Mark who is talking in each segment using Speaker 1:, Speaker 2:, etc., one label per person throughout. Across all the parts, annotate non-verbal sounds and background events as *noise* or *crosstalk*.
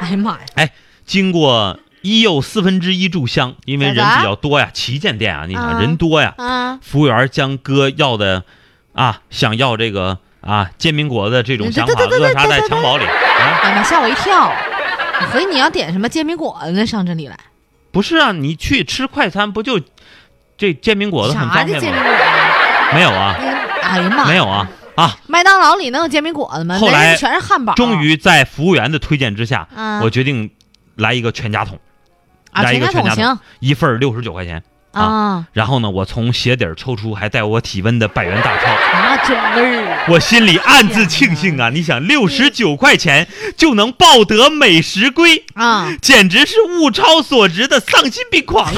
Speaker 1: 哎呀妈呀，
Speaker 2: 经过一又四分之一炷香，因为人比较多呀，旗舰店啊，你想
Speaker 1: 啊
Speaker 2: 人多呀，
Speaker 1: 啊，
Speaker 2: 服务员将哥要的啊，想要这个啊煎饼果子这种想法
Speaker 1: 嗯对对对
Speaker 2: 扼
Speaker 1: 对
Speaker 2: 杀在
Speaker 1: 对对
Speaker 2: 襁褓里。啊，
Speaker 1: 哎呀妈，吓我一跳！我合计你要点什么煎饼果子呢？上这里来，
Speaker 2: 不是啊，你去吃快餐不就这煎饼果子很
Speaker 1: 啥
Speaker 2: 方
Speaker 1: 这
Speaker 2: 便
Speaker 1: 煎饼
Speaker 2: 吗？
Speaker 1: 果子？
Speaker 2: 没有啊，
Speaker 1: 哎呀妈，
Speaker 2: 没有啊啊！
Speaker 1: 麦当劳里能有煎饼果子吗？
Speaker 2: 后来
Speaker 1: 那人家全是汉堡。
Speaker 2: 终，于在服务员的推荐之下，
Speaker 1: 啊，
Speaker 2: 我决定来一个全家桶，
Speaker 1: 啊，
Speaker 2: 来一
Speaker 1: 全
Speaker 2: 个
Speaker 1: 家
Speaker 2: 全
Speaker 1: 桶
Speaker 2: 家
Speaker 1: 行
Speaker 2: 一份六十九块钱。
Speaker 1: 啊，
Speaker 2: 然后呢，我从鞋底儿抽出还带我体温的百元大钞，
Speaker 1: 啊，真味儿。
Speaker 2: 我心里暗自庆幸
Speaker 1: 哎
Speaker 2: 啊！你想，六十
Speaker 1: 嗯
Speaker 2: 九块钱就能抱得美食归，
Speaker 1: 啊，
Speaker 2: 简直是物超所值的丧心病狂啊！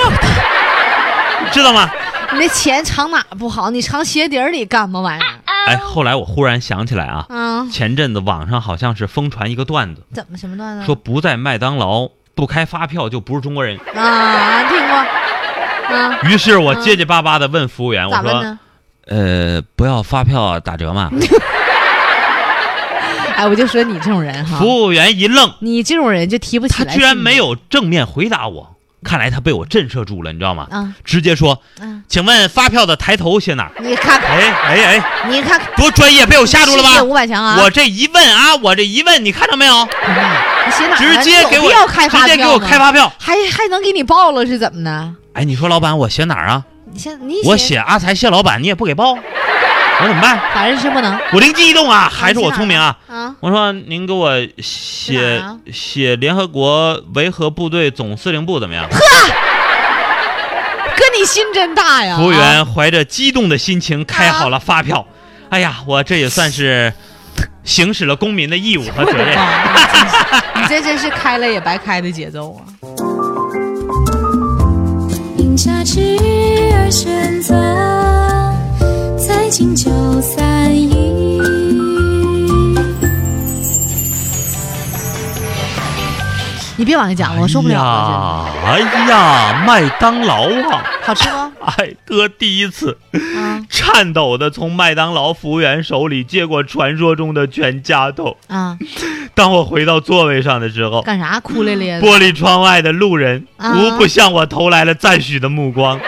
Speaker 1: *laughs*
Speaker 2: 知道吗？
Speaker 1: 你那钱藏哪不好？你藏鞋底儿里干啊嘛玩意 *laughs* 儿？
Speaker 2: 哎，后来我忽然想起来啊，
Speaker 1: 啊，
Speaker 2: 前阵子网上好像是疯传一个段子，
Speaker 1: 怎么什啊么段子？
Speaker 2: 说不在麦当劳不开发票就不是中国人。
Speaker 1: 啊，听过。啊，
Speaker 2: 于是我结结巴巴的问服务员，我
Speaker 1: 咋问
Speaker 2: 说
Speaker 1: 呢？：“嗯
Speaker 2: 呃，不要发票打折嘛？”
Speaker 1: 哎，我就说你这种人哈，
Speaker 2: 服务员一愣，
Speaker 1: 你这种人就提不起
Speaker 2: 他
Speaker 1: 来。
Speaker 2: 居然没有正面回答我，看来他被我震慑住了，你知道吗？
Speaker 1: 啊
Speaker 2: 直接说
Speaker 1: 啊！：“
Speaker 2: 请问发票的抬头写哪儿
Speaker 1: 你看？”看，
Speaker 2: 哎哎哎，
Speaker 1: 你看看，
Speaker 2: 多专业，被我吓住了吧？
Speaker 1: 五百强啊！
Speaker 2: 我这一问啊，我这一问，你看着没有？
Speaker 1: 哎呀妈呀你写哪儿了？
Speaker 2: 直接给
Speaker 1: 你有
Speaker 2: 我
Speaker 1: 必要开发
Speaker 2: 直
Speaker 1: 票
Speaker 2: 接给我开
Speaker 1: 吗，
Speaker 2: 发票。
Speaker 1: 还还能给你报了是怎么的？
Speaker 2: 哎，你说老板，我写哪儿啊？
Speaker 1: 你现你
Speaker 2: 我，写阿才谢老板，你也不给报，我怎么办？
Speaker 1: 反正是不能
Speaker 2: 我灵机一动啊，还是我聪明啊！
Speaker 1: 啊。
Speaker 2: 我说您给我
Speaker 1: 去
Speaker 2: 写
Speaker 1: 哪儿啊
Speaker 2: 写联合国维和部队总司令部怎么样？
Speaker 1: 哥，你心真大呀！
Speaker 2: 服务
Speaker 1: 啊，
Speaker 2: 员怀着激动的心情开好了发票。哎呀，我这也算是行使了公民的义务和
Speaker 1: 我
Speaker 2: 责
Speaker 1: 的
Speaker 2: 任。
Speaker 1: 妈！你真是你这真是开了也白开的节奏啊！
Speaker 3: 因价值而选择，财经九三一。
Speaker 1: 你别往下讲了，我受不了了，
Speaker 2: 哎呀，哎呀，麦当劳啊！
Speaker 1: 真的好吃吗？
Speaker 2: 哎，哥第一次
Speaker 1: 啊
Speaker 2: 颤抖的从麦当劳服务员手里接过传说中的全家桶。
Speaker 1: 啊，
Speaker 2: 当我回到座位上的时候，
Speaker 1: 干啥哭咧咧的？
Speaker 2: 玻璃窗外的路人
Speaker 1: 啊
Speaker 2: 无不向我投来了赞许的目光，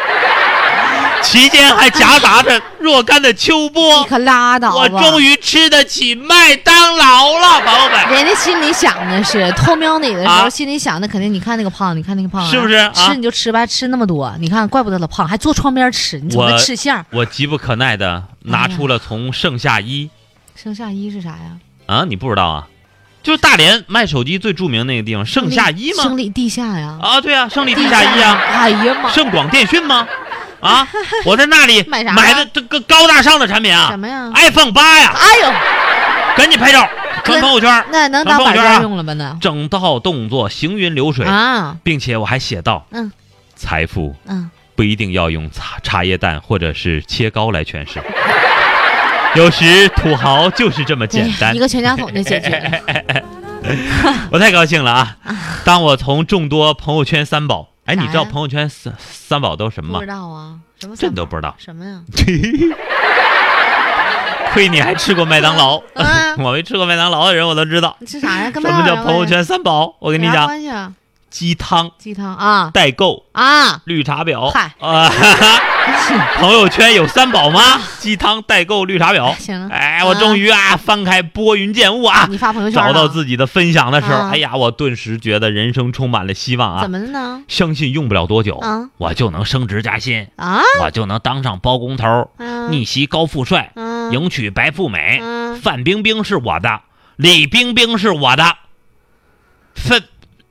Speaker 2: 其间还夹杂着若干的秋波
Speaker 1: 你。可拉倒吧！
Speaker 2: 我终于吃得起麦当劳了，朋友们，
Speaker 1: 人家心里想的是偷瞄你的时候，
Speaker 2: 啊
Speaker 1: 心里想的肯定，你看那个胖，你看那个胖啊，
Speaker 2: 是不是啊
Speaker 1: 吃你就吃吧，吃那么多，你看怪不得他胖，还坐窗边吃，你瞅那
Speaker 2: 我
Speaker 1: 吃相。
Speaker 2: 我急不可耐的拿出了从盛夏一
Speaker 1: 盛夏一是啥呀？
Speaker 2: 啊，你不知道啊，就是大连卖手机最著名那个地方，盛夏一
Speaker 1: 胜
Speaker 2: 吗？
Speaker 1: 利地下呀，
Speaker 2: 啊，对啊，胜利地下一啊，
Speaker 1: 哎呀妈，
Speaker 2: 盛广电讯吗？啊，
Speaker 1: *laughs*
Speaker 2: 我在那里
Speaker 1: 买啥
Speaker 2: 买的这个高大上的产品
Speaker 1: 什
Speaker 2: 啊
Speaker 1: 么呀？
Speaker 2: ，iPhone 八呀，
Speaker 1: 哎呦，
Speaker 2: 赶紧拍照，
Speaker 1: 哥
Speaker 2: 传朋友圈，
Speaker 1: 那能当板砖用了吧呢？
Speaker 2: 整套动作行云流水，
Speaker 1: 啊，
Speaker 2: 并且我还写道，
Speaker 1: 嗯，
Speaker 2: 财富
Speaker 1: 嗯，
Speaker 2: 不一定要用茶茶叶蛋或者是切糕来诠释。有时土豪就是这么简
Speaker 1: 哎呀
Speaker 2: 单
Speaker 1: 一。个全家桶就解决了。
Speaker 2: *laughs* 我太高兴了啊！当我从众多朋友圈三宝，哎，
Speaker 1: 啥
Speaker 2: 你
Speaker 1: 呀
Speaker 2: 知道朋友圈三三宝都什
Speaker 1: 不
Speaker 2: 么
Speaker 1: 知
Speaker 2: 吗？
Speaker 1: 道啊，什么
Speaker 2: 这你都不知道？
Speaker 1: 什么呀？
Speaker 2: *laughs* 亏你还吃过麦当劳，
Speaker 1: 啊
Speaker 2: 我没吃过麦当劳的人我都知道
Speaker 1: 你吃啥呀？
Speaker 2: 什
Speaker 1: 跟麦当
Speaker 2: 么
Speaker 1: 劳
Speaker 2: 叫
Speaker 1: 有
Speaker 2: 朋友
Speaker 1: 关系
Speaker 2: 圈三宝。我跟你
Speaker 1: 有啥
Speaker 2: 讲，
Speaker 1: 关系啊？
Speaker 2: 鸡汤、
Speaker 1: 鸡汤啊
Speaker 2: 代购、
Speaker 1: 啊！
Speaker 2: 绿茶婊
Speaker 1: 嗨
Speaker 2: 啊！哈哈 *laughs* 朋友圈有三宝吗？鸡汤、代购、绿茶婊。
Speaker 1: 行了，
Speaker 2: 哎，我终于啊翻开拨云见雾啊，
Speaker 1: 嗯你发朋友圈
Speaker 2: 找到
Speaker 1: 了
Speaker 2: 自己的分享的时候，
Speaker 1: 啊
Speaker 2: 哎呀，我顿时觉得人生充满了希望
Speaker 1: 怎
Speaker 2: 啊！哦
Speaker 1: 么了呢？
Speaker 2: 相信用不了多久
Speaker 1: 啊，
Speaker 2: 我就能升职加薪，
Speaker 1: 啊，
Speaker 2: 我就能当上包工头，
Speaker 1: 啊
Speaker 2: 逆袭高富帅，
Speaker 1: 嗯
Speaker 2: 迎娶白富美，
Speaker 1: 嗯，
Speaker 2: 范冰冰是我的，李冰冰是我的，范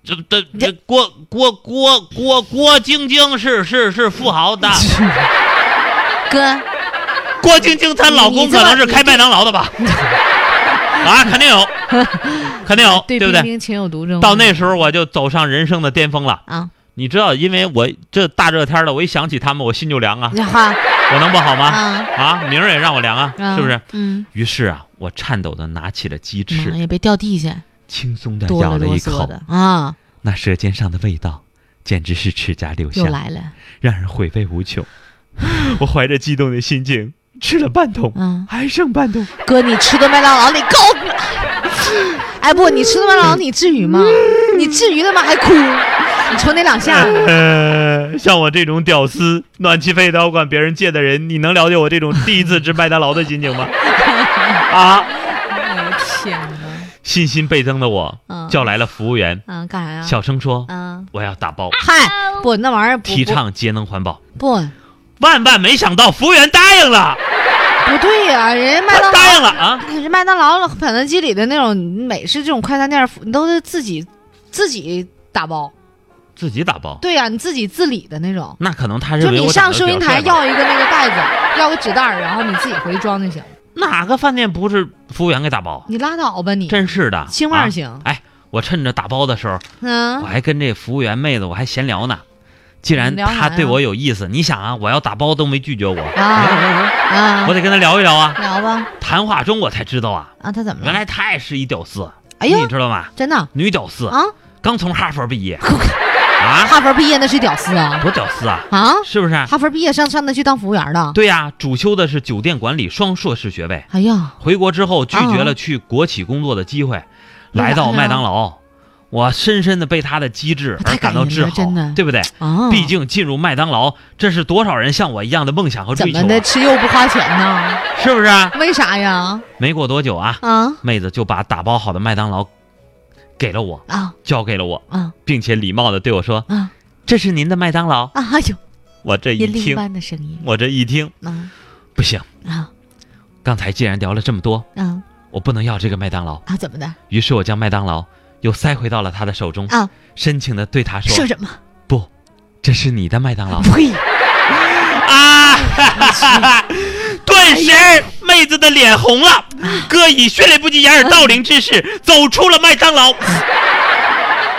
Speaker 2: 这这这郭郭郭郭郭晶晶是是是富豪的，
Speaker 1: 哥，
Speaker 2: 郭晶晶她老公可能是开麦当劳
Speaker 1: *laughs*
Speaker 2: 的吧？啊，肯定有，肯
Speaker 1: *laughs*
Speaker 2: 定有，对
Speaker 1: 冰
Speaker 2: 不对？
Speaker 1: 冰情有独钟。
Speaker 2: 到那时候我就走上人生的巅峰了。
Speaker 1: 啊，
Speaker 2: 你知道，因为我这大热天的，我一想起他们，我心就凉啊，
Speaker 1: 你哈
Speaker 2: 我能不好吗？
Speaker 1: 啊，
Speaker 2: 啊，明儿也让我凉啊，
Speaker 1: 啊
Speaker 2: 是不是？？
Speaker 1: 嗯，
Speaker 2: 于是啊，我颤抖的拿起了鸡
Speaker 1: 妈
Speaker 2: 翅，
Speaker 1: 呀，别掉地下，
Speaker 2: 轻松的
Speaker 1: 哆
Speaker 2: 嗯咬
Speaker 1: 嗯了
Speaker 2: 了
Speaker 1: 哆
Speaker 2: 一
Speaker 1: 嗦
Speaker 2: 口，
Speaker 1: 的啊，
Speaker 2: 那舌尖上的味道简直是齿颊留
Speaker 1: 又
Speaker 2: 香，
Speaker 1: 来了
Speaker 2: 让人回味无穷。 *laughs* 我怀着激动的心情吃了半桶，
Speaker 1: 啊！
Speaker 2: 还剩半桶。
Speaker 1: *laughs* 哥，你吃顿麦当劳，你够。哎不，你吃顿麦当劳，你至于吗？
Speaker 2: 嗯
Speaker 1: 你至于的吗？还哭？你瞅哪两下？
Speaker 2: 呃，像我这种屌丝，暖气费都要管别人借的人，你能了解我这种第一次吃麦当劳的
Speaker 1: *laughs*
Speaker 2: 心情吗？啊！
Speaker 1: 我的哎天哪！
Speaker 2: 信心倍增的我
Speaker 1: 嗯
Speaker 2: 叫来了服务员，
Speaker 1: 嗯，干啥呀？
Speaker 2: 小声说
Speaker 1: 嗯，：“
Speaker 2: 我要打包，
Speaker 1: 嗨，不，那玩意儿不
Speaker 2: 提倡节能环保。
Speaker 1: 不不”
Speaker 2: 万万没想到，服务员答应了，
Speaker 1: 不对呀，人家麦
Speaker 2: 他
Speaker 1: 当
Speaker 2: 答
Speaker 1: 劳
Speaker 2: 应了啊！
Speaker 1: 可是麦当劳、肯德基里的那种美式这种快餐店儿，你都是自己自己打包。
Speaker 2: 自己打包，
Speaker 1: 对呀、你自己自理的那种。
Speaker 2: 那可能他
Speaker 1: 就
Speaker 2: 认为
Speaker 1: 你
Speaker 2: 我
Speaker 1: 上
Speaker 2: 长得
Speaker 1: 收银
Speaker 2: 比较帅
Speaker 1: 台
Speaker 2: 吧
Speaker 1: 要一个那个袋子，要个纸袋儿，然后你自己回去装就行。
Speaker 2: 哪个饭店不是服务员给打包？
Speaker 1: 你拉倒吧你。
Speaker 2: 真是的，
Speaker 1: 青旺
Speaker 2: 啊
Speaker 1: 行
Speaker 2: 哎，我趁着打包的时候，我
Speaker 1: 嗯，
Speaker 2: 还跟这服务员妹子我还闲聊呢。既然
Speaker 1: 聊啥呀
Speaker 2: 她对我有意思，你想啊，我要打包都没拒绝我，
Speaker 1: 啊啊
Speaker 2: 我，得跟她聊一聊啊。
Speaker 1: 聊吧。
Speaker 2: 谈话中我才知道啊，
Speaker 1: 啊，他怎么
Speaker 2: 原
Speaker 1: 了？
Speaker 2: 来她也是一屌丝，
Speaker 1: 哎呦
Speaker 2: 你知道吗？
Speaker 1: 真的啊？
Speaker 2: 女屌丝，刚从哈佛毕业啊，
Speaker 1: 哈佛毕业那是屌丝啊
Speaker 2: 多屌丝啊，
Speaker 1: 啊！
Speaker 2: 是不是？
Speaker 1: 哈佛毕业上上那去当服务员的？
Speaker 2: 对呀、主修的是酒店管理双硕士学位。
Speaker 1: 哎呀，
Speaker 2: 回国之后拒绝
Speaker 1: 啊
Speaker 2: 了去国企工作的机会，来
Speaker 1: 为
Speaker 2: 到
Speaker 1: 啥呀
Speaker 2: 麦当劳，我深深的被他的机智
Speaker 1: 哦太
Speaker 2: 而
Speaker 1: 感
Speaker 2: 感到
Speaker 1: 人
Speaker 2: 自
Speaker 1: 了
Speaker 2: 豪
Speaker 1: 真的，
Speaker 2: 对不对？
Speaker 1: 啊，
Speaker 2: 毕竟进入麦当劳，这是多少人像我一样的梦想和
Speaker 1: 怎
Speaker 2: 追求
Speaker 1: 么的
Speaker 2: 啊，
Speaker 1: 吃肉不花钱呢？
Speaker 2: 是不是啊？
Speaker 1: 为啥呀？
Speaker 2: 没过多久啊，
Speaker 1: 啊
Speaker 2: 妹子就把打包好的麦当劳给了我，
Speaker 1: 啊
Speaker 2: 交给了我，
Speaker 1: 啊
Speaker 2: 并且礼貌的对我说
Speaker 1: 啊：“
Speaker 2: 这是您的麦当劳。
Speaker 1: 啊！哎呦，”
Speaker 2: 我这一
Speaker 1: 银铃
Speaker 2: 听，
Speaker 1: 般的声音
Speaker 2: 我这一听，
Speaker 1: 啊
Speaker 2: 不行，
Speaker 1: 啊
Speaker 2: 刚才既然聊了这么多，
Speaker 1: 啊
Speaker 2: 我不能要这个麦当劳。
Speaker 1: 啊！怎么的？
Speaker 2: 于是我将麦当劳又塞回到了他的手中，
Speaker 1: 啊
Speaker 2: 深情的对他说：“
Speaker 1: 说什么？
Speaker 2: 不，这是你的麦当劳
Speaker 1: 呸！
Speaker 2: 啊！” *laughs* 顿时，妹子的脸红了。哥以迅雷不及掩耳盗铃之势走出了麦当劳，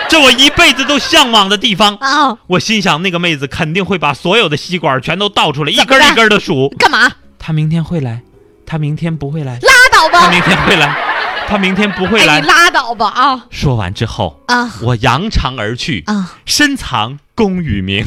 Speaker 2: 这我一辈子都向往的地方。
Speaker 1: 啊！
Speaker 2: 我心想，那个妹子肯定会把所有的吸管全都倒出来，一
Speaker 1: 怎么
Speaker 2: 根
Speaker 1: 办
Speaker 2: 一根的数。啊
Speaker 1: 干嘛？拉
Speaker 2: 她明天会来，她明天不会来，
Speaker 1: 倒
Speaker 2: 她
Speaker 1: 吧！
Speaker 2: 明天会 *laughs* 来，她明天不会
Speaker 1: 哎，
Speaker 2: 来
Speaker 1: 你。拉倒吧啊
Speaker 2: 说完之后，
Speaker 1: 啊
Speaker 2: 我啊扬长而去，
Speaker 1: 啊！
Speaker 2: 深藏功与名。